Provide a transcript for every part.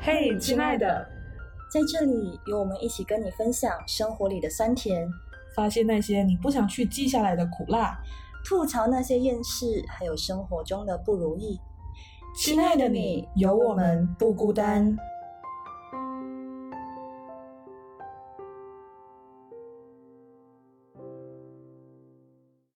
嘿，亲爱的，在这里有我们一起跟你分享生活里的酸甜，发现那些你不想去记下来的苦辣。吐槽那些厌世，还有生活中的不如意。亲爱的你，有我们不孤单。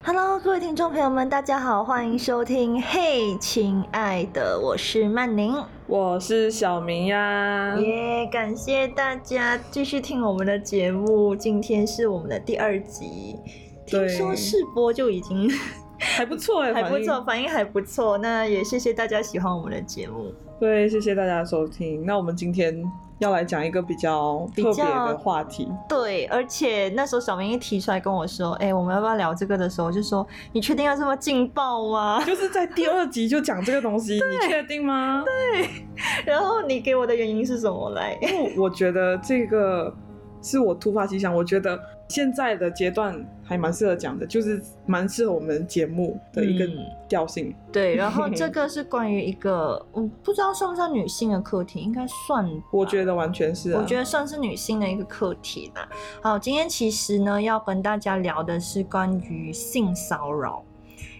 Hello，各位听众朋友们，大家好，欢迎收听《嘿，亲爱的》，我是曼宁。我是小明呀，耶感谢大家继续听我们的节目，今天是我们的第二集。听对说试播就已经还不错哎，还不反应错，。反应还不错。那也谢谢大家喜欢我们的节目。对，谢谢大家的收听。那我们今天要来讲一个比较比特别较的话题，对，而且那时候小明一提出来跟我说：“哎、我们要不要聊这个？”的时候，我就说：“你确定要这么劲爆吗 就是在第二集就讲这个东西，你确定吗？？”然后你给我的原因是什么来？因为我觉得这个是我突发奇想，我觉得现在的阶段还蛮适合讲的，就是蛮适合我们节目的一个嗯调性。对，然后 这个是关于一个，我不知道算不算女性的课题，应该算吧。我觉得完全是、啊，我觉得算是女性的一个课题啦。好，今天其实呢，要跟大家聊的是关于性骚扰，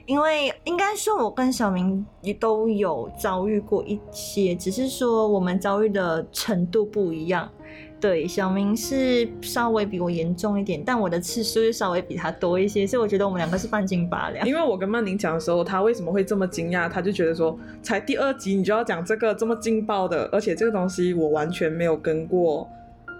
因为应该说，我跟小明也都有遭遇过一些，只是说我们遭遇的程度不一样。对，小明是稍微比我严重一点，但我的次数又稍微比他多一些，所以我觉得我们两个是半斤八两。因为我跟曼宁讲的时候，她为什么会这么惊讶？她就觉得说，才第二集你就要讲这个这么劲爆的，而且这个东西我完全没有跟过，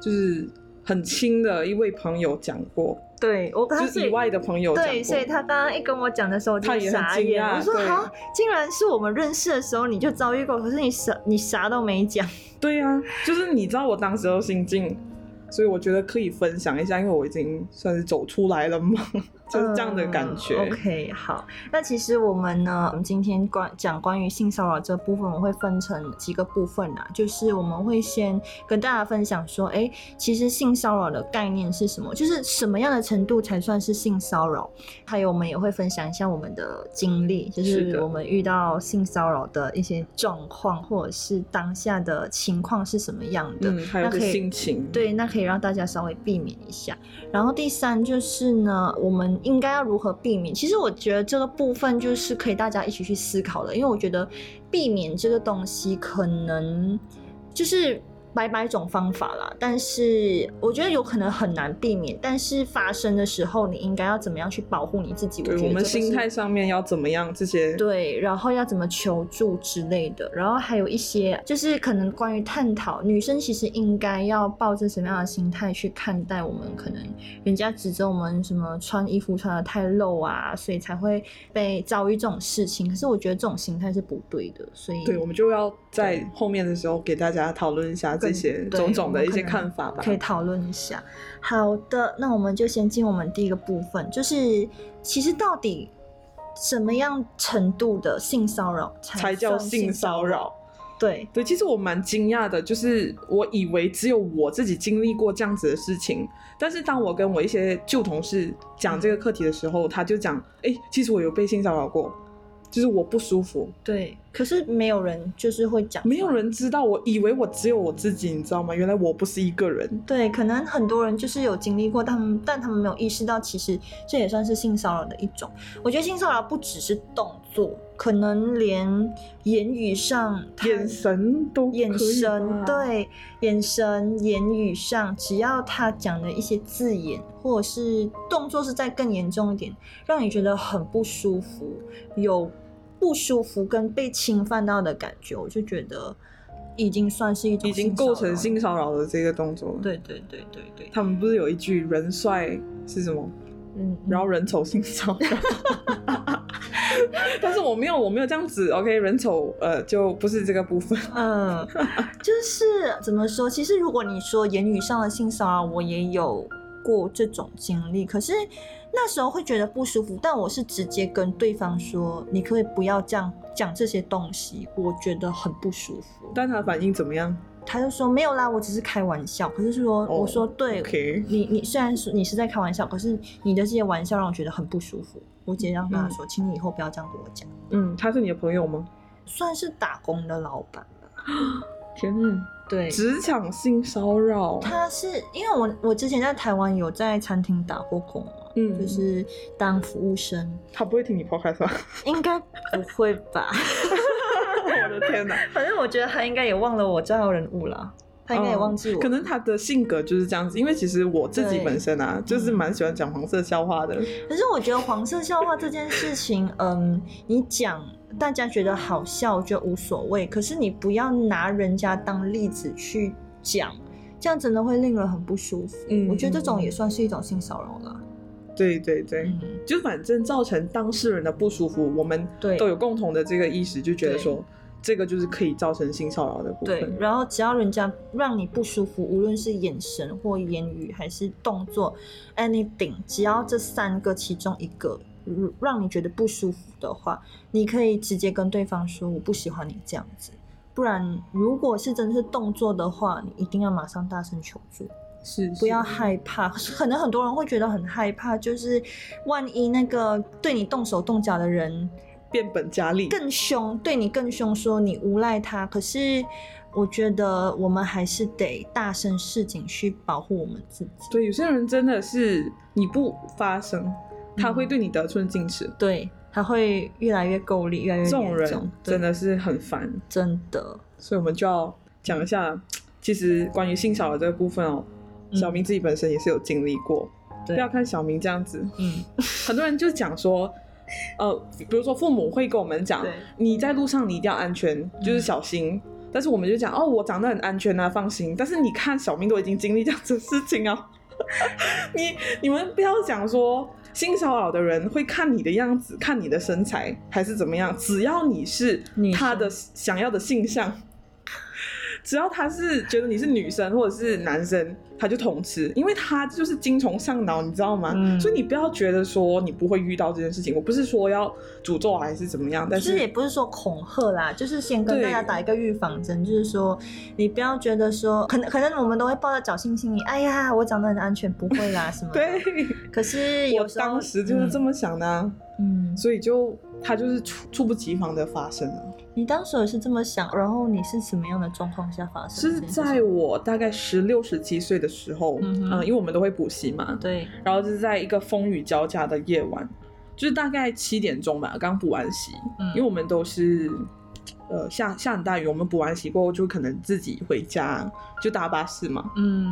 就是很亲的一位朋友讲过，对我跟他就是以外的朋友讲过。对，所以他刚刚一跟我讲的时候，我就他也很傻惊眼。讶我说对啊，竟然是我们认识的时候你就遭遇过，可是你啥你啥都没讲。对呀、就是你知道我当时的心境，所以我觉得可以分享一下，因为我已经算是走出来了嘛，就是这样的感觉。嗯 OK，好，那其实我们呢，我们今天关讲关于性骚扰这部分，我们会分成几个部分啦，就是我们会先跟大家分享说，哎，其实性骚扰的概念是什么，就是什么样的程度才算是性骚扰，还有我们也会分享一下我们的经历，就是是的我们遇到性骚扰的一些状况，或者是当下的情况是什么样的。嗯，还有那个可以心情，对，那可以让大家稍微避免一下。然后第三就是呢，我们应该要如何避免？其实我觉得这个部分就是可以大家一起去思考的，因为我觉得避免这个东西可能就是百百种方法啦，但是我觉得有可能很难避免。但是发生的时候，你应该要怎么样去保护你自己？对觉得我们这个是心态上面要怎么样？这些对，然后要怎么求助之类的，然后还有一些就是可能关于探讨女生其实应该要抱着什么样的心态去看待我们，可能人家指责我们什么穿衣服穿的太露啊，所以才会被遭遇这种事情。可是我觉得这种心态是不对的，所以对，我们就要在对后面的时候给大家讨论一下这更些对种种我的们一可些能看法吧。可以讨论一下。好的，那我们就先进我们第一个部分，就是其实到底什么样程度的性骚扰才 才叫算性骚？扰。对，对，其实我蛮惊讶的，就是我以为只有我自己经历过这样子的事情，但是当我跟我一些旧同事讲嗯这个课题的时候，他就讲，哎、其实我有被性骚扰过，就是我不舒服，对，可是没有人就是会讲出来，没有人知道，我以为我只有我自己，你知道吗？原来我不是一个人。对，可能很多人就是有经历过，他们但他们没有意识到，其实这也算是性骚扰的一种。我觉得性骚扰不只是动作，可能连言语上、他眼、神都可以眼神吧，对眼神、言语上，只要他讲的一些字眼或者是动作是再更严重一点，让你觉得很不舒服，有不舒服跟被侵犯到的感觉，我就觉得已经算是一种已经骚构扰成了性骚扰的这个动作了。，对对对对对，他们不是有一句“人帅是什么？嗯，然后后人丑性骚扰。 但是我没有，我没有这样子。OK，人丑呃就不是这个部分。 嗯，就是怎么说？其实如果你说言语上的性骚扰，我也有过这种经历，可是那时候会觉得不舒服，但我是直接跟对方说，你可不可以不要这样讲这些东西，我觉得很不舒服。但他反应怎么样他就说没有啦，我只是开玩笑。可是说，哦我说对。 ？OK，你你虽然说你是在开玩笑，可是你的这些玩笑让我觉得很不舒服。我直接这样嗯跟他说，请你以后不要这样跟我讲。嗯，他是你的朋友吗？算是打工的老板吧。天哪，对，职场性骚扰，他是因为我我之前在台湾有在餐厅打过工嘛，嗯就是当服务生，他不会听你 podcast 吧？应该不会吧？ 我的天哪！ 反正我觉得他应该也忘了我这号人物啦，他应该也忘记 我。可能他的性格就是这样子，因为其实我自己对嗯本身啊，就是蛮喜欢讲黄色笑话的。可是我觉得黄色笑话这件事 情，嗯，你讲大家觉得好笑就无所谓，可是你不要拿人家当例子去讲，这样真的会令人很不舒服。嗯我觉得这种嗯也算是一种性骚扰啦。对对对，嗯，就反正造成当事人的不舒服，我们对都有共同的这个意识，就觉得对说这个就是可以造成性骚扰的部对分。。然后只要人家让你不舒服，无论是眼神或言语还是动作，anything，只要这三个其中一个。如让你觉得不舒服的话，你可以直接跟对方说我不喜欢你这样子。不然，如果是真的是动作的话，你一定要马上大声求助，是不要是害怕。 可能很多人会觉得很害怕，就是万一那个对你动手动脚的人变本加厉。更凶，对你更凶，说你诬赖他。可是我觉得我们还是得大声示警，去保护我们自己。对，有些人真的是你不发声，他会对你得寸进尺。对，他会越来越够力，越来越这嗯严种重。人对真的是很烦，真的，所以我们就要讲一下，其实关于性骚扰这个部分哦，嗯小明自己本身也是有经历过。对不要看小明这样子，嗯，很多人就讲说，呃，比如说父母会跟我们讲对，嗯你在路上你一定要安全，就是小心。但是我们就讲哦，我长得很安全啊，放心。但是你看，小明都已经经历这样子的事情啊， 你你们不要讲说性骚扰的人会看你的样子、看你的身材还是怎么样，只要你是女生他的想要的性向， 只要他是觉得你是女生或者是男生，他就通吃，因为他就是精虫上脑，你知道吗？嗯所以你不要觉得说你不会遇到这件事情，我不是说要诅咒还是怎么样，但就是也是不是说恐吓啦，就是先跟对大家打一个预防针，就是说你不要觉得说，可能可能我们都会抱着侥幸心理，哎呀，我长得很安全，不会啦什么。。对，可是有我时候当时就是这么，么想的、啊，嗯，嗯所以就他就是猝猝不及防的发生了，你当时也是这么想，然后你是什么样的状况下发生是这件事情？在我大概十六十七岁的时候，嗯哼嗯、因为我们都会补习嘛，对，然后就是在一个风雨交加的夜晚，就是大概七点钟吧，刚补完习，嗯因为我们都是呃下下很大雨，我们补完习过后就可能自己回家，就搭巴士嘛。嗯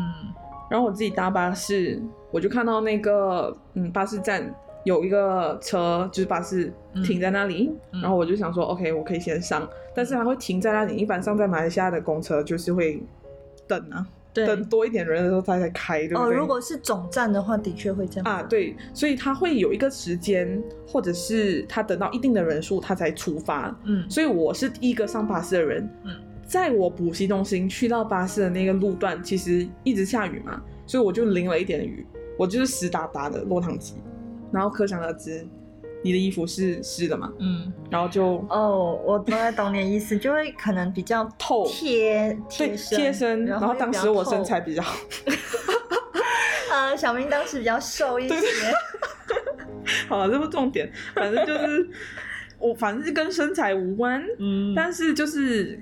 然后我自己搭巴士，我就看到那个嗯巴士站有一个车，就是巴士停在那里，嗯然后我就想说 OK 我可以先上，但是它会停在那里。一般上在马来西亚的公车就是会等啊，对等多一点人的时候它才开，对不对？哦，如果是总站的话，的确会这样啊，对，所以他会有一个时间，或者是他等到一定的人数，他才出发。嗯所以我是第一个上巴士的人。嗯，在我补习中心去到巴士的那个路段，其实一直下雨嘛，所以我就淋了一点雨，我就是湿哒哒的落汤鸡。然后可想而知，你的衣服是湿的嘛，嗯，然后就哦，我大概懂你的意思，就会可能比较 透贴对身贴身，然然后后又当比较时我透身 材比较 好，呃，小明当时比较瘦一些， 好了，这不重点，反正就是 我反正是跟身材无关，嗯但是就是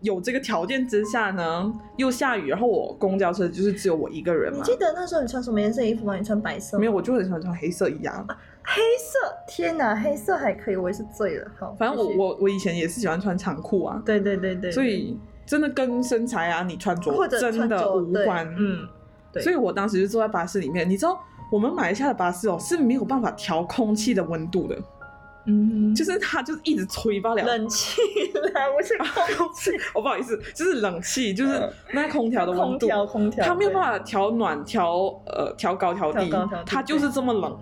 有这个条件之下呢，又下雨，然后我公交车就是只有我一个人你嘛，记得那时候你穿什么颜色衣服吗？你穿白色吗？没有，我就很喜欢穿黑色衣啊。黑色。天哪，黑色还可以，我也是醉了。好，反正我继续我我以前也是喜欢穿长裤啊，对对对对，所以真的跟身材啊、你穿或着者真穿的着无对关。嗯，对所以我当时就坐在巴士里面，你知道我们马来西亚的巴士哦是没有办法调空气的温度的，嗯，就是它就是一直吹罢了。哦冷气啦，不是 空气，呃我不好意思，就是冷气，就是那空调的温空度，调空调，它没有办法。法调暖、调呃调高、调低，调高调低它就是这么冷。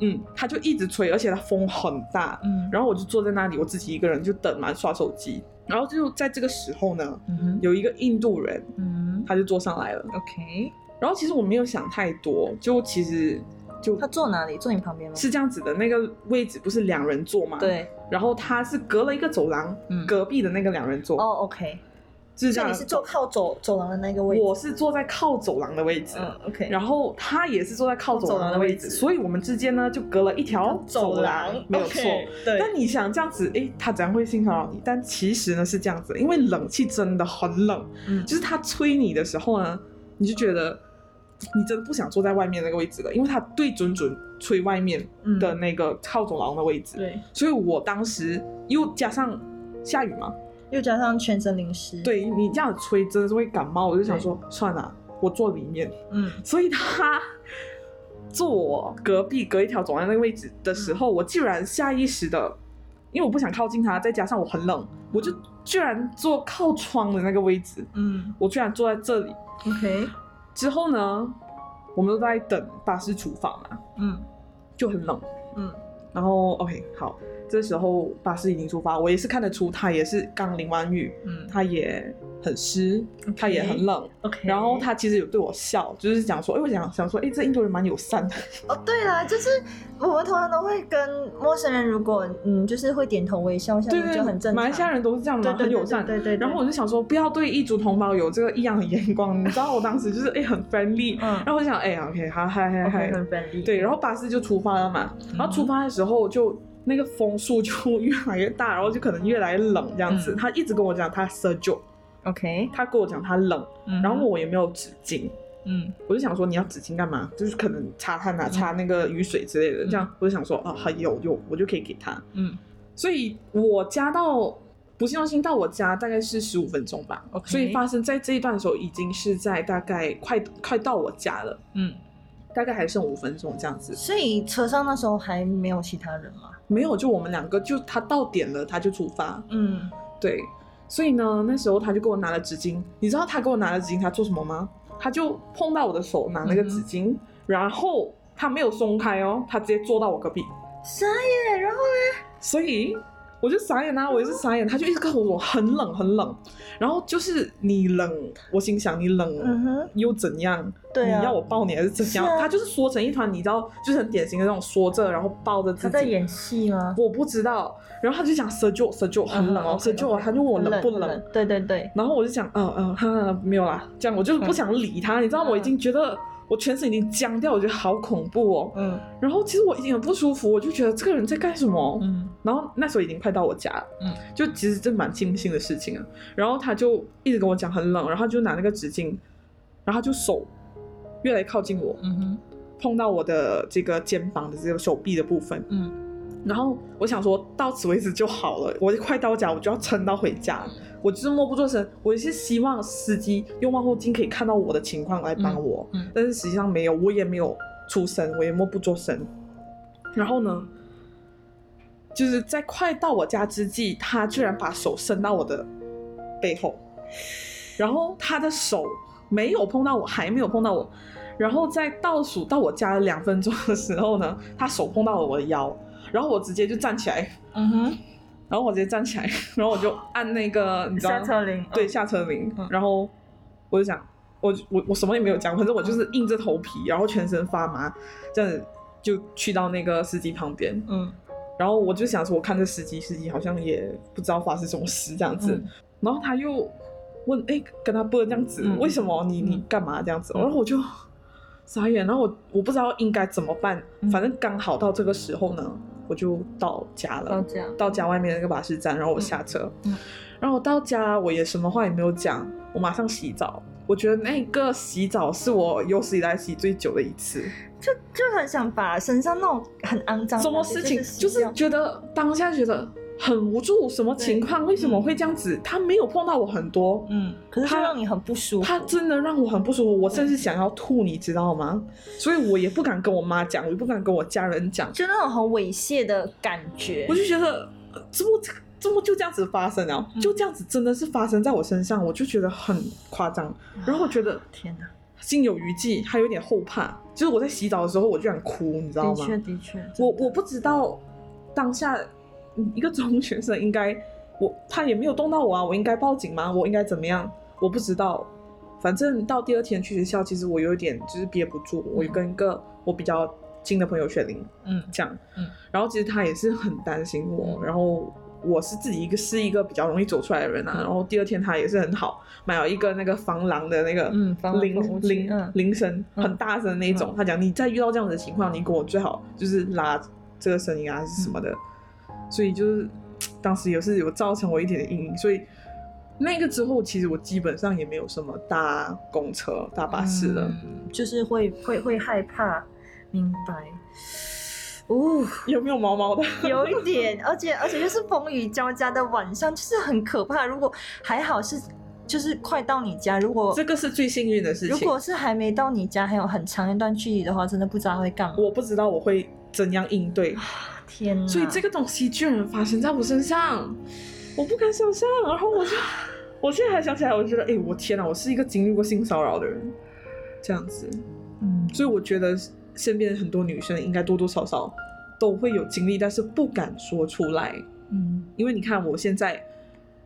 嗯，它就一直吹，而且它风很大。嗯，然后我就坐在那里，我自己一个人就等嘛，刷手机。然后就在这个时候呢，嗯哼有一个印度人，嗯他就坐上来了。 ，OK。然后其实我没有想太多，就其实就他坐哪里？坐你旁边吗？是这样子的，那个位置不是两人座嘛？。对，然后他是隔了一个走廊，嗯隔壁的那个两人座。哦，OK，就是这所以样你是坐靠走走廊的那个位置。我是坐在靠走廊的位置，嗯，OK。然后他也是坐在靠走廊的位走廊的置，位置所以我们之间呢就隔了一条走廊，没有错。 OK，对，但你想这样子，诶，他怎样会性骚扰你？但其实呢是这样子，因为冷气真的很冷，嗯就是他吹你的时候呢，你就觉得你真的不想坐在外面那个位置了，因为他对准准吹外面的嗯那个靠走廊的位置，对，所以我当时又加上下雨嘛，又加上全身淋湿。，对你这样子吹真的是会感冒，我就想说算了，我坐里面。嗯，所以他坐我隔壁隔一条走廊那个位置的时候，我竟然下意识的，因为我不想靠近他，再加上我很冷，我就居然坐靠窗的那个位置，嗯我居然坐在这里。 ，OK，之后呢，我们都在等巴士出发嘛，嗯就很冷。嗯然后 OK 好，这时候巴士已经出发，我也是看得出他也是刚淋完雨，嗯他也很湿，他也很冷。 ，OK。然后他其实有对我笑，就是讲说，哎，我想想说，哎，这印度人蛮友善的。哦，对啦，就是我们通常都会跟陌生人，如果嗯，就是会点头微笑，像对就很对，正常。马来西亚人都是这样对嘛，对很友善。对对对。然后我就想说，不要对异族同胞有这个异样的眼光。你知道我当时就是哎、很 friendly，嗯，然后我就想哎、OK 好嗨嗨 OK，嗨，很 friendly。对，然后巴士就出发了嘛。嗯然后出发的时候就那个风速就越来越大，然后就可能越来越冷这样子。嗯他一直跟我讲他 s e r g o OK，他跟我讲他冷，嗯然后我也没有纸巾。嗯我就想说你要纸巾干嘛？就是可能擦汗啊，擦那个雨水之类的。嗯这样我就想说啊，还有有，我就可以给他。嗯所以我家到不信用星到我家大概是十五分钟吧。 OK 所以发生在这一段的时候，已经是在大概快快到我家了，嗯，大概还剩五分钟这样子。所以车上那时候还没有其他人嘛。没有，就我们两个，就他到点了，他就出发。嗯，对，所以呢，那时候他就给我拿了纸巾。你知道他给我拿了纸巾，他做什么吗？他就碰到我的手拿那个纸巾，然后他没有松开哦，他直接坐到我隔壁。傻眼。然后所以我就傻眼啊，我也是傻眼，他就一直跟我说很冷很冷，然后就是你冷，我心想你嗯冷。哼，又怎样？对啊，你要我抱你还是怎样？是啊他就是缩成一团，你知道，就是很典型的那种缩着，然后抱着自己。他在演戏吗？我不知道。然后他就讲 s e r g o s e r g o 很冷哦 s e r g o 他就问我冷不冷？嗯冷？对对对，然后我就讲，嗯嗯，哈哈，没有啦，这样我就是不想理他，你知道，嗯我已经觉得我全身已经僵掉，我觉得好恐怖哦。嗯然后其实我一点也不舒服，我就觉得这个人在干什么？嗯然后那时候已经快到我家了，嗯，就其实这蛮庆幸的事情啊。然后他就一直跟我讲很冷，然后他就拿那个纸巾，然后他就手越来越靠近我，嗯哼，碰到我的这个肩膀的这个手臂的部分，嗯然后我想说到此为止就好了，我快到家，我就要撑到回家。嗯我就是默不作声，我是希望司机用望后镜可以看到我的情况来帮我，嗯嗯但是实际上没有，我也没有出声，我也默不作声。然后呢，就是在快到我家之际，他居然把手伸到我的背后，然后他的手没有碰到我，还没有碰到我。然后在倒数到我家两分钟的时候呢，他手碰到了我的腰，然后我直接就站起来，嗯哼，然后我直接站起来， 然后我就按那个你知道下车铃，对下车铃嗯，然后我就想，我我我什么也没有讲，反正我就是硬着头皮，然后全身发麻，这样子就去到那个司机旁边，嗯，然后我就想说，我看这司机，司机好像也不知道发生什么事这样子，嗯然后他又问，哎，跟他不这样子，嗯为什么你嗯你干嘛这样子？嗯然后我就傻眼，然后我我不知道应该怎么办嗯，反正刚好到这个时候呢，我就到家了，到家，到家外面那个巴士站，然后我下车，嗯嗯然后我到家我也什么话也没有讲，我马上洗澡。我觉得那个洗澡是我有史以来洗最久的一次。就就很想把身上那种很肮脏的什么事情洗就是掉觉得当下觉得很无助，什么情况？为什么会这样子？他没有碰到我很多，嗯，可是就他让你很不舒服。他真的让我很不舒服，我甚至想要吐，你知道吗？所以我也不敢跟我妈讲，我也不敢跟我家人讲，就那种很猥亵的感觉我。就觉得呃怎么这怎么就这样子发生了？嗯就这样子真的是发生在我身上，我就觉得很夸张，然后我觉得天哪，心有余悸，还有点后怕，就是我在洗澡的时候我就想哭，你知道的吗？确的确，我我不知道当下嗯一个中学生应该我他也没有动到我啊，我应该报警吗？我应该怎么样？我不知道。反正到第二天去学校，其实我有一点就是憋不住，我跟一个我比较近的朋友雪玲嗯讲，嗯，然后其实他也是很担心我，嗯然后我是自己一个是一个比较容易走出来的人啊。嗯然后第二天他也是很好，买了一个那个防狼的那个嗯防狼铃防护器铃嗯铃声，嗯很大声的那一种。嗯他讲你再遇到这样的情况，你跟我最好就是拉这个声音啊，还是什么的。所以就是当时也是有造成我一点的阴影，所以。那个之后，其实我基本上也没有什么搭公车、搭巴士了，嗯就是会会会害怕，明白。哦，有没有毛毛的？有一点， 而且而且就是风雨交加的晚上，就是很可怕。如果还好是，就是快到你家，如果这个是最幸运的事情。如果是还没到你家，还有很长一段距离的话，真的不知道会干嘛。我不知道我会怎样应 对，天哪！所以这个东西居然发生在我身上，我不敢想象。然后我 就，我现在还想起来，我觉得，哎、我天哪，我是一个经历过性骚扰的人，这样子。嗯，所以我觉得身边很多女生应该多多少少都会有经历，但是不敢说出来，嗯，因为你看我现在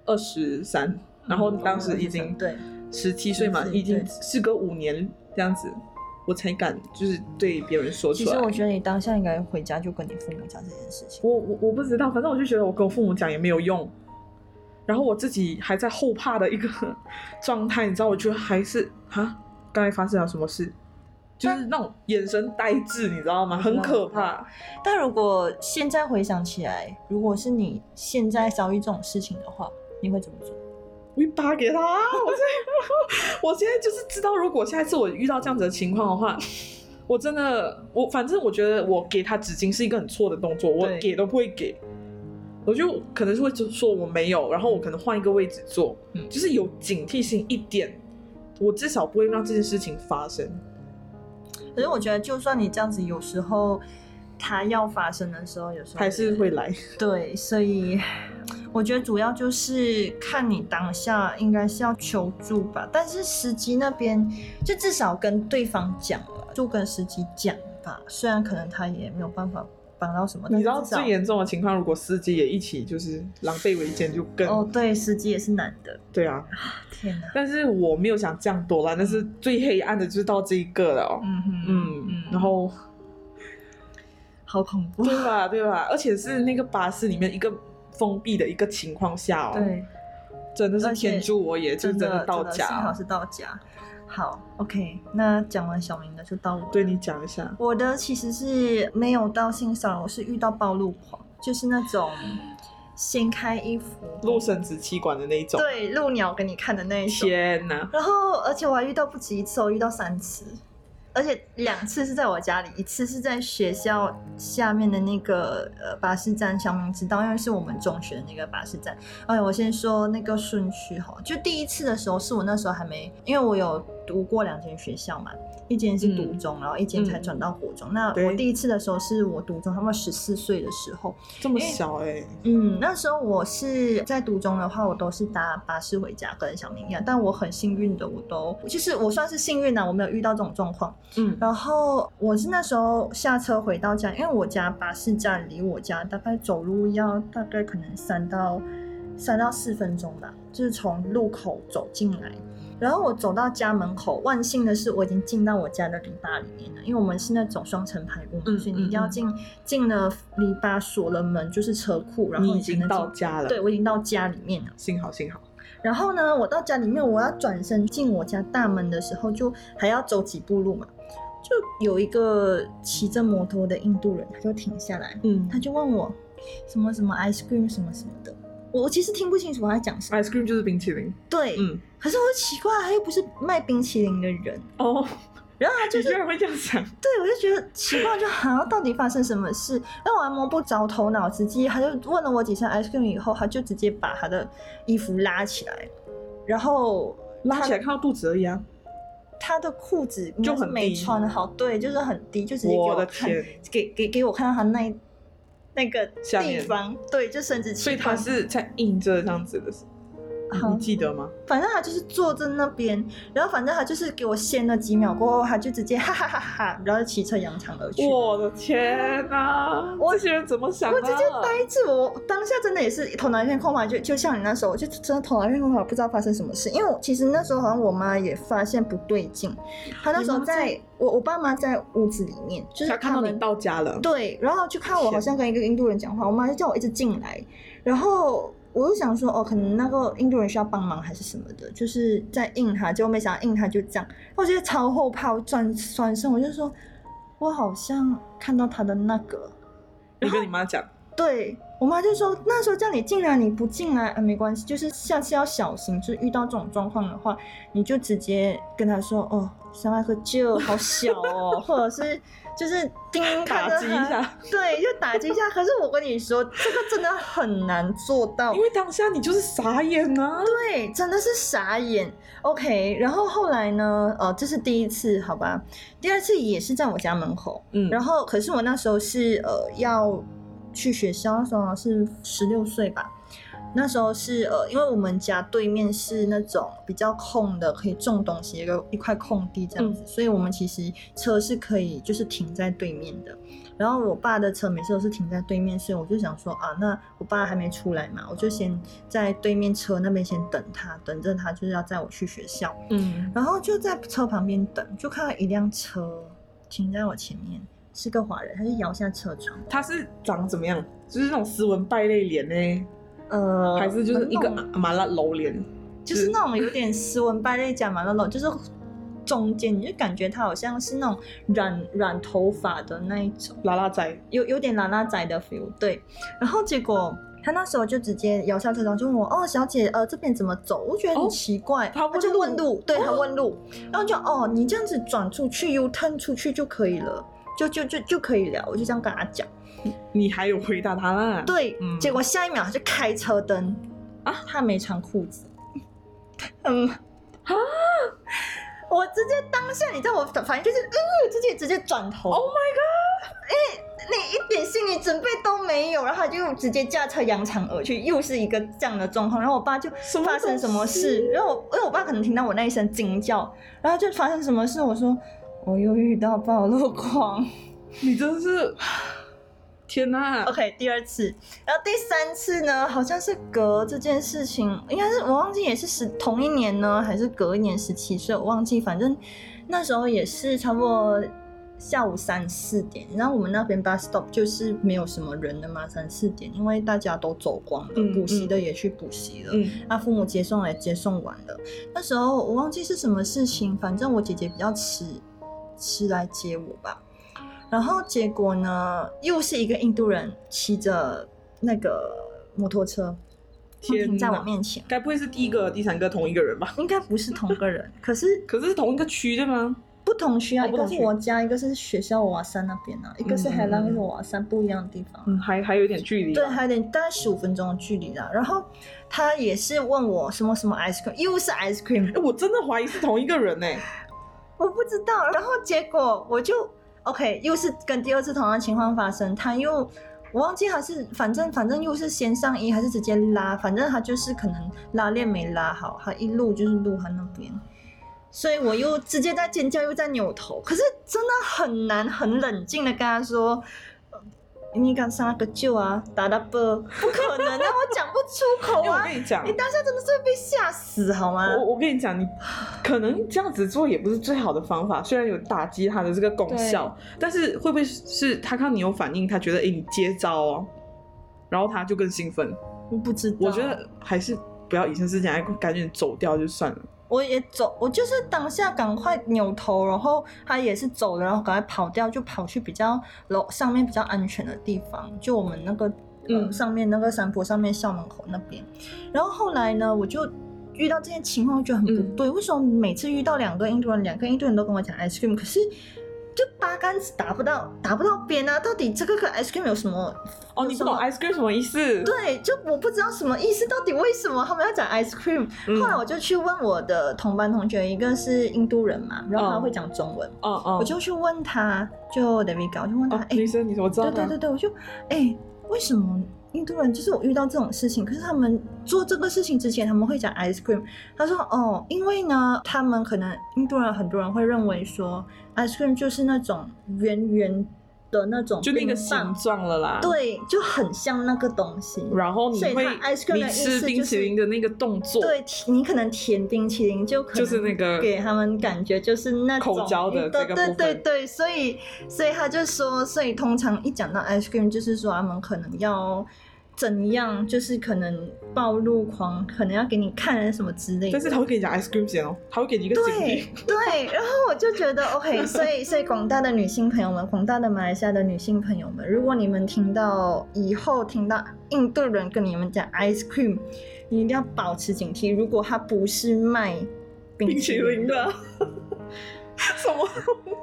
二十三，然后当时已经嗯对，十七岁嘛，嗯对已经对事隔五年这样子，我才敢就是对别人说出其来。实我觉得你当下应该回家就跟你父母讲这件事情。我我我不知道，反正我就觉得我跟我父母讲也没有用，然后我自己还在后怕的一个 状态，你知道，我觉得还是啊，刚才发生了什么事，就是那种眼神呆滞，你知道吗？很可怕。但如果现在回想起来，如果是你现在遭遇这种事情的话，你会怎么做？我一巴给他，我现在 我现在就是知道，如果下一次我遇到这样子的情况的话。我真的，我反正我觉得我给他纸巾是一个很错的动作，我对给都不会给，我就可能是会说我没有，然后我可能换一个位置坐，嗯就是有警惕性一点，我至少不会让这件事情发生。可是我觉得，就算你这样子，有时候它要发生的时候，有时候还是会来，对，所以我觉得主要就是看你当下应该是要求助吧，但是司机那边就至少跟对方讲了，就跟司机讲吧，虽然可能他也没有办法帮到什么，你知道但是至少最严重的情况，如果司机也一起就是狼狈为奸，就更、哦，对，司机也是男的，对啊。天哪，但是我没有想这样多啦，但是最黑暗的就是到这一个了、哦。嗯哼嗯，然后好恐 怖，对吧，对吧？而且是那个巴士里面一个封闭的一个情况下哦，，对，真的是而且天助我也，就真真的到真的幸好家。哦是到家。好，OK，那讲完小明的就到我了，对你讲一下，我的其实是没有到欣赏，我是遇到暴露狂，就是那种掀开衣服，露生殖器官的那一种，对露鸟给你看的那一种。天哪！然后，而且我还遇到不止一次，我遇到三次，而且两次是在我家里，一次是在学校下面的那个呃巴士站，小明知道，因为是我们中学的那个巴士站。哎，我先说那个顺序哈，就第一次的时候是我那时候还没，因为我有读过两间学校嘛，一间是读中，然后一间才转到国中。那我对第一次的时候是我读中，差不多十四岁的时候，这么小哎、嗯，那时候我是在读中的话，我都是搭巴士回家，跟小明一样。但我很幸运的，我都就是我算是幸运啦、啊我没有遇到这种状况。嗯，然后我是那时候下车回到家，因为我家巴士站离我家大概走路要大概可能三到三到四分钟吧，就是从路口走进来。然后我走到家门口，万幸的是我已经进到我家的篱笆里面了，因为我们是那种双层排屋嘛，嗯所以你一定要嗯嗯进进了篱笆，锁了门就是车库，然后你已才经能到进。家了，对，，我已经到家里面了。幸好幸好，然后呢，我到家里面，我要转身进我家大门的时候，就还要走几步路嘛，就有一个骑着摩托的印度人，他就停下来，嗯他就问我什么什么 ice cream 什么什么的，我我其实听不清楚他在讲什么， ，ice cream 就是冰淇淋，对，嗯，可是我就奇怪，他又不是卖冰淇淋的人，哦，然后他 就你居是然会这样想，对，我就觉得奇怪，就好像到底发生什么事？那我还摸不着头脑，直接他就问了我几声 ice cream 以后，他就直接把他的衣服拉起来，然后拉他起来看到肚子而已啊，他的裤子就应该是很没低穿好，对，就是很低，就直接给我我的看天，给给给我看到他那那个下地面方，对，就甚至所以他是在硬着这样子的，你好你记得吗？反正他就是坐在那边，然后反正他就是给我限了几秒过后，他就直接哈哈哈哈，然后就骑车扬长而去。我的天哪！我这些人怎么想啊我的？直接呆住，我当下真的也是头脑一片空白，就就像你那时候，我就真的头脑一片空白，不知道发生什么事。因为我其实那时候好像我妈也发现不对劲，她那时候你妈在我我爸妈在屋子里面，就是他看到他你们到家了，对，然后就看我好像跟一个印度人讲话，我妈就叫我一直进来，然后我就想说，哦，可能那个印度人需要帮忙还是什么的，就是在应他，结果没想到应他就这样，我觉得超后怕，我转转身我就说，我好像看到他的那个，你跟你妈讲，对我妈就说那时候叫你进来你不进来、啊、没关系，就是下次要小心，就是遇到这种状况的话，你就直接跟他说哦，三万个舅好小哦， 或者是就是叮叮看着打击一他下，对，就打击一下。可是我跟你说，这个真的很难做到因，为当下你就是傻眼啊！对，真的是傻眼。OK，然后后来呢？呃，这是第一次，好吧，第二次也是在我家门口。嗯，然后后可是我那时候是呃要去学校，那时候好像是十六岁吧。那时候是呃，因为我们家对面是那种比较空的，可以种东西一个一块空地这样子，所以我们其实车是可以就是停在对面的。然后我爸的车每次都是停在对面，所以我就想说啊，那我爸还没出来嘛，我就先在对面车那边先等他，等着他就是要载我去学校。嗯，然后就在车旁边等，就看到一辆车停在我前面，是个华人，他就摇下车窗，他是长怎么样？就是那种斯文败类脸呢，呃还是就是一个那种阿麻辣楼脸？就是那种有点斯文败类假马那种，就是中间你就感觉他好像是那种染染头发的那一种，拉拉仔，有有点拉拉仔的 feel，对。然后结果。他那时候就直接摇下车窗，就问我：“哦，小姐，呃，这边怎么走？”我觉得哦很奇怪，他问就路问路，对他哦问路，然后就哦，你这样子转出去，U turn 出去就可以了，就就就就可以了。我就这样跟他讲，你还有回答他啦？，对，嗯结果下一秒他就开车灯啊，他没穿裤子， 嗯啊，我直接当下，你知道我反应就是，呃，直接直接转头 Oh my god！哎、你一点心理准备都没有，然后他就直接驾车扬长而去，又是一个这样的状况。然后我爸就什么发生什么东事？西然后我因为我爸可能听到我那一声惊叫，然后就发生什么事？我说我又遇到暴露狂。你真的是，天哪！ OK，第二次，然后第三次呢，好像是隔这件事情，应该是我忘记也是十同一年呢，还是隔一年十七岁，我忘记，反正那时候也是差不多下午三四点，然后我们那边 bus stop 就是没有什么人的嘛，三四点，因为大家都走光了，嗯补习的也去补习了，嗯，那、父母接送也接送完了，那时候我忘记是什么事情，反正我姐姐比较迟迟来接我吧。然后结果呢，又是一个印度人骑着那个摩托车，他天停在我哪！面前，该不会是第一个、第三个同一个人吧？应该不是同个人，可是可是是同一个区的吗？不同学校，哦一不个同是区我家，一个是学校瓦山那边啊，一个是嗯嗯海拉，嗯一个是瓦山，不一样的地方。嗯，还还有点距离吧。对，还有点大概十五分钟的距离啦。然后他也是问我什么什么 ice cream，又是 ice cream，哎我真的怀疑是同一个人呢。我不知道。然后结果我就 OK，又是跟第二次同样的情况发生，他又我忘记他是反正反正又是先上衣还是直接拉，反正他就是可能拉链没拉好，他一路就是路他那边。所以我又直接在尖叫，又在扭头，可是真的很难很冷静的跟他说，呃你敢上那个救啊，打打不，不可能啊，我讲不出口因为我啊，跟你讲你，当下真的是会被吓死好吗？我我跟你讲，你可能这样子做也不是最好的方法，虽然有打击他的这个功效，但是会不会是他看你有反应，他觉得哎、诶你接招哦，然后他就更兴奋。我不知道，我觉得还是不要以身试法，赶紧走掉就算了。我也走，我就是当下赶快扭头，然后他也是走了，然后赶快跑掉，就跑去比较楼上面比较安全的地方，就我们那个嗯嗯上面那个山坡上面校门口那边。然后后来呢，我就遇到这些情况，我觉得很不对，为什么每次遇到两个印度人，两个印度人都跟我讲 ice cream，可是。就八竿子打不到，打不到边啊！到底这个跟 ice cream 有什么？哦，有你什不么懂 ice cream 什么意思？对，就我不知道什么意思，到底为什么他们要讲 ice cream？嗯，后来我就去问我的同班同学，一个是印度人嘛，然后他嗯会讲中文，哦哦，我就去问他，就 David 搞，我就问他，哦哎、，女生，你说我知道对对的对对，我就哎、为什么印度人就是我遇到这种事情，可是他们做这个事情之前，他们会讲 ice cream。他说哦，因为呢，他们可能印度人很多人会认为说 ice cream 就是那种圆圆的那种就那个冰形棒状了啦。。对，就很像那个东西。然后你所以会它 ice cream 你的意吃思冰就淇是淋的那个动作，对，你可能甜冰淇淋就可能就是那个给他们感觉就是那种口交的这对个对部对分对，所以所以他就说，所以通常一讲到 ice cream，就是说他们可能要怎样，就是可能暴露狂，可能要给你看什么之类的。但是他会给你讲 ice cream 先哦，他会给你一个警对语，对，然后我就觉 得 OK，所以所以广大的女性朋友们，广大的马来西亚的女性朋友们，如果你们听到以后听到印度人跟你们讲 ice cream，你一定要保持警惕，如果他不是卖冰冰淇淇淋淋的，的。 什么东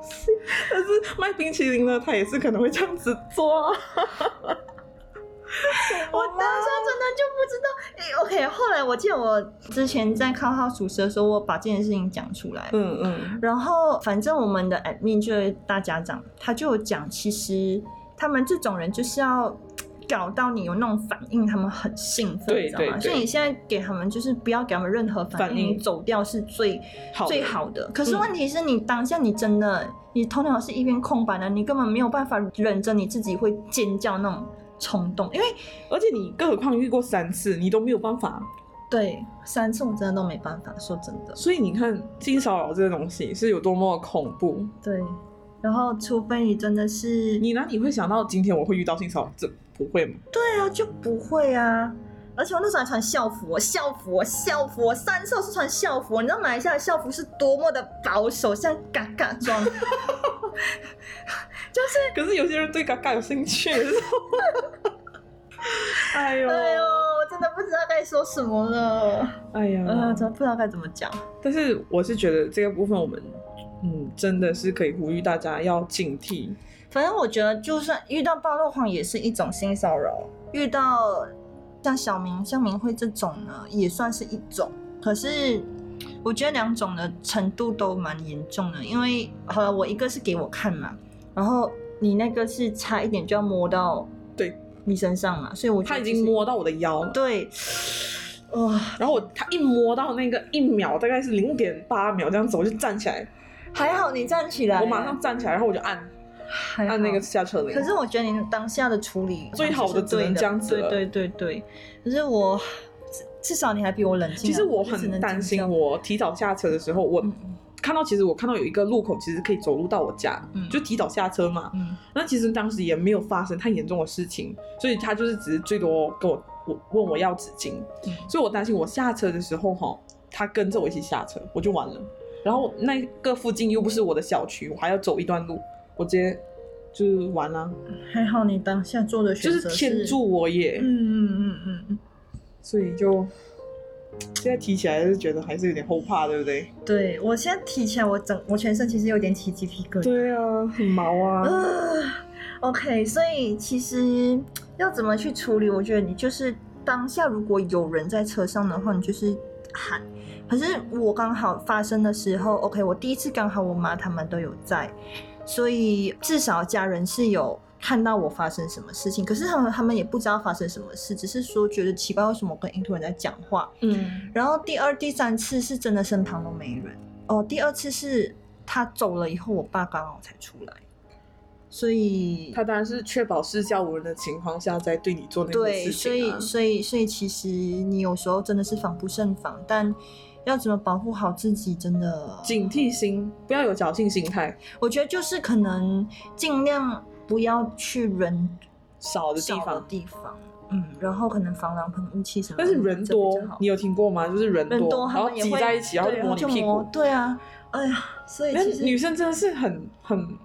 西？但是卖冰淇淋的他也是可能会这样子做、啊。 我当下真的就不知道。诶 OK，后来我记得我之前在靠号宿舍的时候，我把这件事情讲出来，嗯嗯，然后反正我们的 admin 就是大家长，他就有讲，其实他们这种人就是要搞到你有那种反应，他们很兴奋，对你知道吗？对对所以你现在给他们就是不要给他们任何反反应，应你走掉是最好的最好的。可是问题是你当下你真的、你头脑是一片空白的，你根本没有办法忍着你自己会尖叫那种冲动，因为而且你更何况遇过三次，你都没有办法。对三次我真的都没办法，说真的。所以你看性骚扰这个东西是有多么恐怖。对，然后除非你真的是你哪里会想到今天我会遇到性骚扰？这不会吗？对啊，就不会啊。而且我那时候还穿校服哦，校服哦，校服哦，三次是穿校服哦。你知道马来西亚的校服是多么的保守，像嘎嘎装。可是有些人对嘎嘎有兴趣。 哎呦，哎呦，我真的不知道该说什么了，哎呀，呃，真的不知道该怎么讲。但是我是觉得这个部分我们，嗯，真的是可以呼吁大家要警惕。反正我觉得，就算遇到暴露狂也是一种性骚扰，遇到像小明、像明慧这种呢，也算是一种。可是我觉得两种的程度都蛮严重的，因为好了，我一个是给我看嘛，然后你那个是差一点就要摸到对你身上嘛，所以我觉他得已就是经摸到我的腰了，对，哇、然后我他一摸到那个一秒，大概是零点八秒这样子，我就站起来，还好你站起来，我马上站起来，然后我就按还好按那个下车铃。可是我觉得你当下的处理最好的是对只能这样子对了对对对。可是我至至少你还比我冷静啊。其实我就只很能担这心，样我提早下车的时候，我嗯看到其实我看到有一个路口，其实可以走路到我家，嗯就提早下车嘛。嗯，那其实当时也没有发生太严重的事情，所以他就是只是最多跟我我问我要纸巾，嗯所以我担心我下车的时候哈，他跟着我一起下车，我就完了。然后那个附近又不是我的小区，我还要走一段路，我直接就是完了、还好你当下做的就选是择天助我也。嗯嗯嗯嗯嗯，所以就现在提起来就觉得还是有点后怕，对不对？对我现在提起来，我整我全身其实有点起鸡皮疙瘩。对啊，很毛啊。啊 OK，所以其实要怎么去处理，我觉得你就是当下如果有人在车上的话，你就是喊。可是我刚好发生的时候，OK，我第一次刚好我妈他们都有在，所以至少家人是有看到我发生什么事情。可是他们他们也不知道发生什么事，只是说觉得奇怪，为什么我跟印度人在讲话？嗯，然后第二、第三次是真的身旁都没人哦。第二次是他走了以后，我爸刚好才出来，所以他当然是确保视效无人的情况下，在对你做那件对，事所情、以啊。所以所以其实你有时候真的是防不胜防，但要怎么保护好自己，真的，警惕心，不要有侥幸心态。我觉得就是可能尽量不要去人少的地少的方，地方，嗯，然后可能防狼喷雾器什么的，但是人嗯这多比较好，你有听过吗？就是人多，人多他然后们也挤会在一起，然后对摸你就屁股。对啊，哎呀，所以但其实是女生真的是很很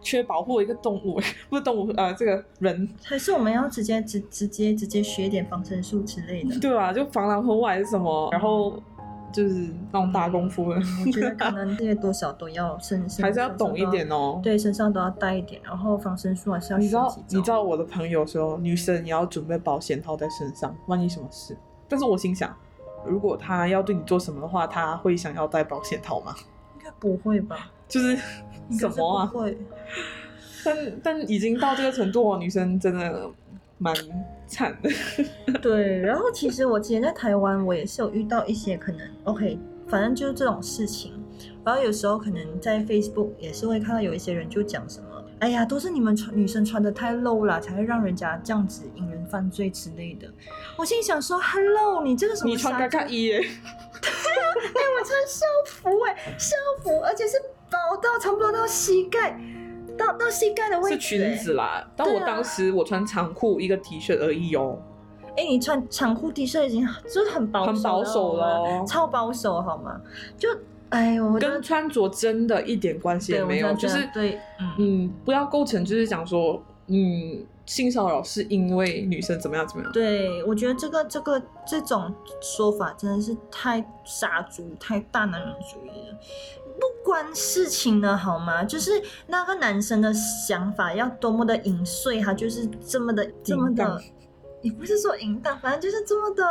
缺保护的一个动物，不是动物呃，这个人还是我们要直接直直接直接学一点防身术之类的。对吧、就防狼喷雾还是什么，然后就是那种大功夫的，我觉得可能这些多少都要身身还是要懂一点，哦。身上都要对，身上都要带一点，然后防身术还是要你学知道几，招。你知道我的朋友说，女生也要准备保险套在身上，万一什么事。但是我心想，如果他要对你做什么的话，他会想要戴保险套吗？应该不会吧？就是啊应该什是么啊不？会，啊但但已经到这个程度哦，女生真的蛮惨的。对，然后其实我之前在台湾，我也是有遇到一些可能 OK，反正就是这种事情。然后有时候可能在 Facebook 也是会看到有一些人就讲什么，哎呀，都是你们穿女生穿的太露了，才会让人家这样子引人犯罪之类的。我心里想说，Hello，你这是什么？你穿嘎嘎衣耶，哎、我穿校服哎、校服，而且是薄到差不多到膝盖，到到膝盖的位是置、裙子。啦。但我对啊当时我穿长裤一个 T 恤而已哦，哎、你穿长裤 T 恤已经就是很保很保守守哦了了好吗，哦，超保守好吗？就哎，我觉得跟穿着真的一点关系对也我没真有，的就觉得是对，嗯，嗯，不要构成就是讲说嗯性骚扰是因为女生怎么样怎么样。对，我觉得这个这个这种说法真的是太傻猪，太大男人主义了。不关事情了好吗？就是那个男生的想法要多么的淫碎，他就是这么的这么淫荡的， 也不是说淫荡，反正就是这么的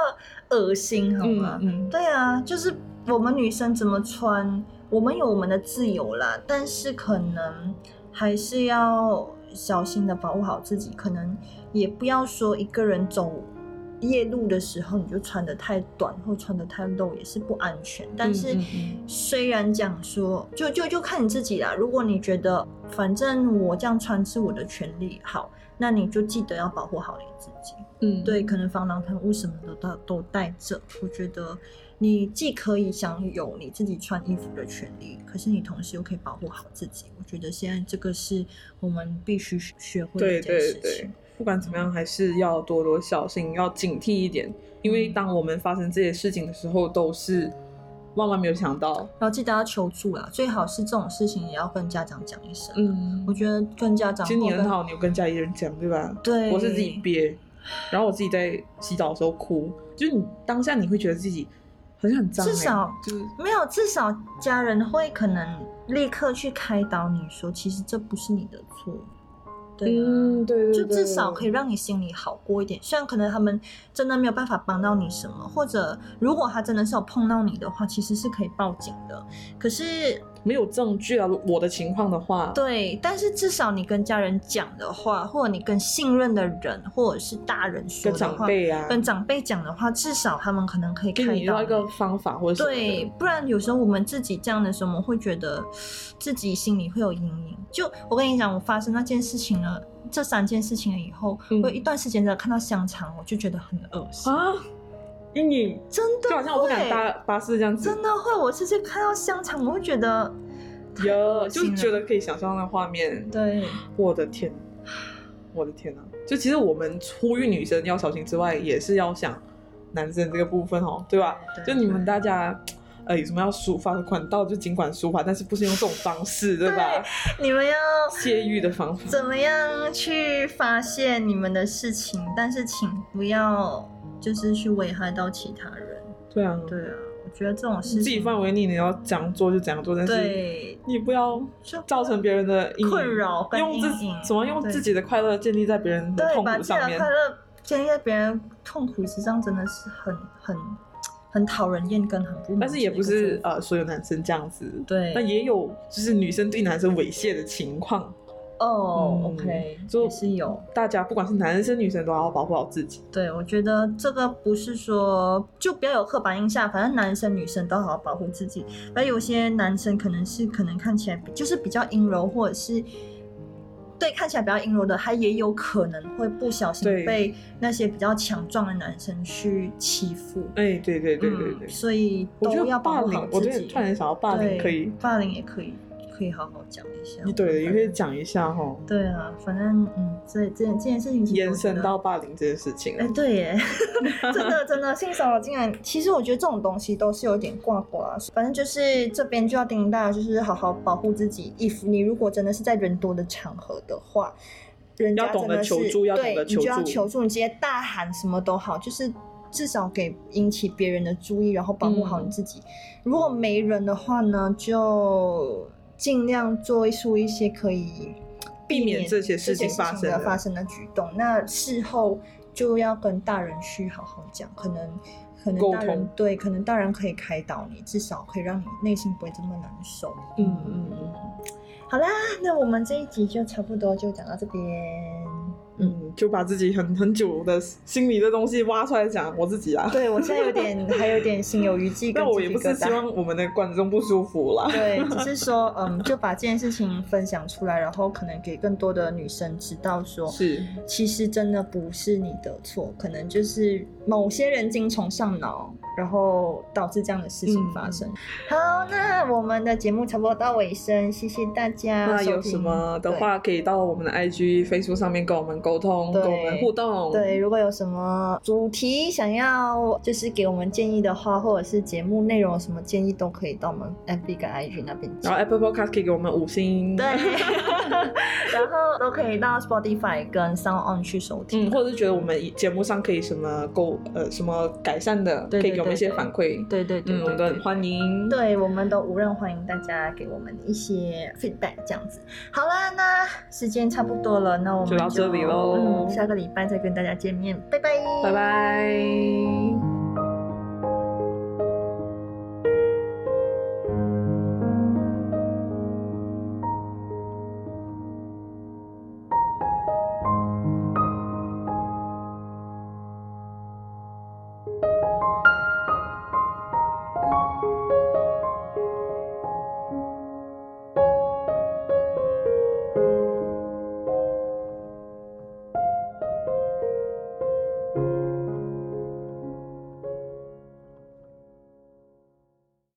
恶心好吗？嗯嗯，对啊，就是我们女生怎么穿，我们有我们的自由啦，但是可能还是要小心的保护好自己，可能也不要说一个人走夜路的时候你就穿的太短或穿的太露，也是不安全。但是嗯嗯虽然讲说，就就就看你自己啦，如果你觉得反正我这样穿是我的权利，好，那你就记得要保护好你自己。嗯，对，可能防狼喷雾什么的都都带着。我觉得你既可以享有你自己穿衣服的权利，可是你同时又可以保护好自己。我觉得现在这个是我们必须学会的对一件对事对情。，不管怎么样，还是要多多小心，要警惕一点。因为嗯当我们发生这些事情的时候，都是万万没有想到。然后记得要求助啦，最好是这种事情也要跟家长讲一声。嗯我觉得跟家长其实你或很跟，好，你有跟家里人讲，对吧？对，我是自己憋，然后我自己在洗澡的时候哭，就是你当下你会觉得自己好像很脏、欸，至少就是没有，至少家人会可能立刻去开导你说，其实这不是你的错。对、啊，嗯，对对就对，至少可以以让你心里好过一点。虽然可能他们真的没有办法帮到你什么，或者如果他真的是有碰到你的话，其实是可以报警的。可是没有证据啊。如我的情况的话，对，但是至少你跟家人讲的话，或者你跟信任的人或者是大人说跟的长话，辈啊，跟长辈讲的话，至少他们可能可以给开你导要一个方法或者什么的对，不然有时候我们自己这样的时候，我们会觉得 自己心里会有阴影。就我跟你讲，我发生那件事情了，这三件事情了以后，嗯我有一段时间的看到香肠，我就觉得很恶心，啊，阴影真的就好像我不敢会搭巴士这样子，真的会，我是去看到香肠，我会觉得太有恶就心了觉得可以想象那画面。对我的天，我的天啊！就其实我们呼吁女生要小心之外，也是要想男生这个部分哦，对吧？对就你们大家。呃，有什么要抒发的管道就尽管抒发，但是不是用这种方式，对吧？你们要泄欲的方法，怎么样去发现你们的事情，但是请不要就是去危害到其他人。对啊，对啊，我觉得这种事自情己范围内你要怎样做就怎样做，但是对。你不要就造成别人的阴影困扰跟用自阴影怎么用对自己的快乐建立在别人的对，痛把苦自己上的面快。乐建立在别人痛苦之上，真的是很很很讨人厌跟很不满。但是也不是，呃所有男生这样子，对，那也有就是女生对男生猥亵的情况，哦、嗯 o k 就也是有。大家不管是男生女生都要保护好自己。对，我觉得这个不是说就不要有刻板印象，反正男生女生都好好保护自己。而有些男生可能是可能看起来比就是比较阴柔，或者是对看起来比较阴柔的，他也有可能会不小心对被那些比较强壮的男生去欺负。哎，对对对对对嗯，，所以我觉都得要霸保护凌好，我自觉己。得突然想到霸凌对可以，霸凌也可以，可以好好讲一下。对，也可以反正。讲一下哈，对啊，反正嗯，这这这件事情其实延我觉伸得到霸凌这件事情啊哎，，对 耶，真的真的，性骚扰竟然，其实我觉得这种东西都是有点挂钩啊。反正就是这边就要叮咛大家，就是好好保护自己。if 你如果真的是在人多的场合的话，人家要懂真得的是求助要懂对得你就求要助求助，你直接大喊什么都好，就是至少给引起别人的注意，然后保护好嗯你自己。如果没人的话呢，就尽量做出一些可以避免这些事事情发生的的发生的举动。那事后就要跟大人去好好讲，可能可能沟大通人对，可能大人可以开导你，至少可以让你内心不会这么难受。嗯嗯嗯，好啦，那我们这一集就差不多就讲到这边。嗯，就把自己很很久的心里的东西挖出来讲，我自己啊。对我现在 有点还有点心有余悸跟但我鸡也皮不疙是希瘩。望我们的观众不舒服啦。对，只是说，嗯，就把这件事情分享出来，然后可能给更多的女生知道说，是，其实真的不是你的错，可能就是某些人精虫上脑，然后导致这样的事情发嗯生。好，那我们的节目差不多到尾声，谢谢大家收那听。有什么的话，可以到我们的 IG、Facebook 上面跟我们沟通，对跟我们互动。对，对，如果有什么主题想要就是给我们建议的话，或者是节目内容有什么建议，都可以到我们 FB 跟 IG 那边然讲。后 Apple Podcast 可以给我们五星，对，， 然后都可以到 Spotify 跟 Sound On 去收听。嗯，或者是觉得我们节目上可以什么沟呃什么改善的，对对可以给我们一些对对反馈。对对对嗯，我对们对都很欢迎。对，我们都无任欢迎大家给我们一些 feedback 这样子。好啦，那时间差不多了，那我们就到这里喽嗯，下个礼拜再跟大家见面，拜拜，拜拜。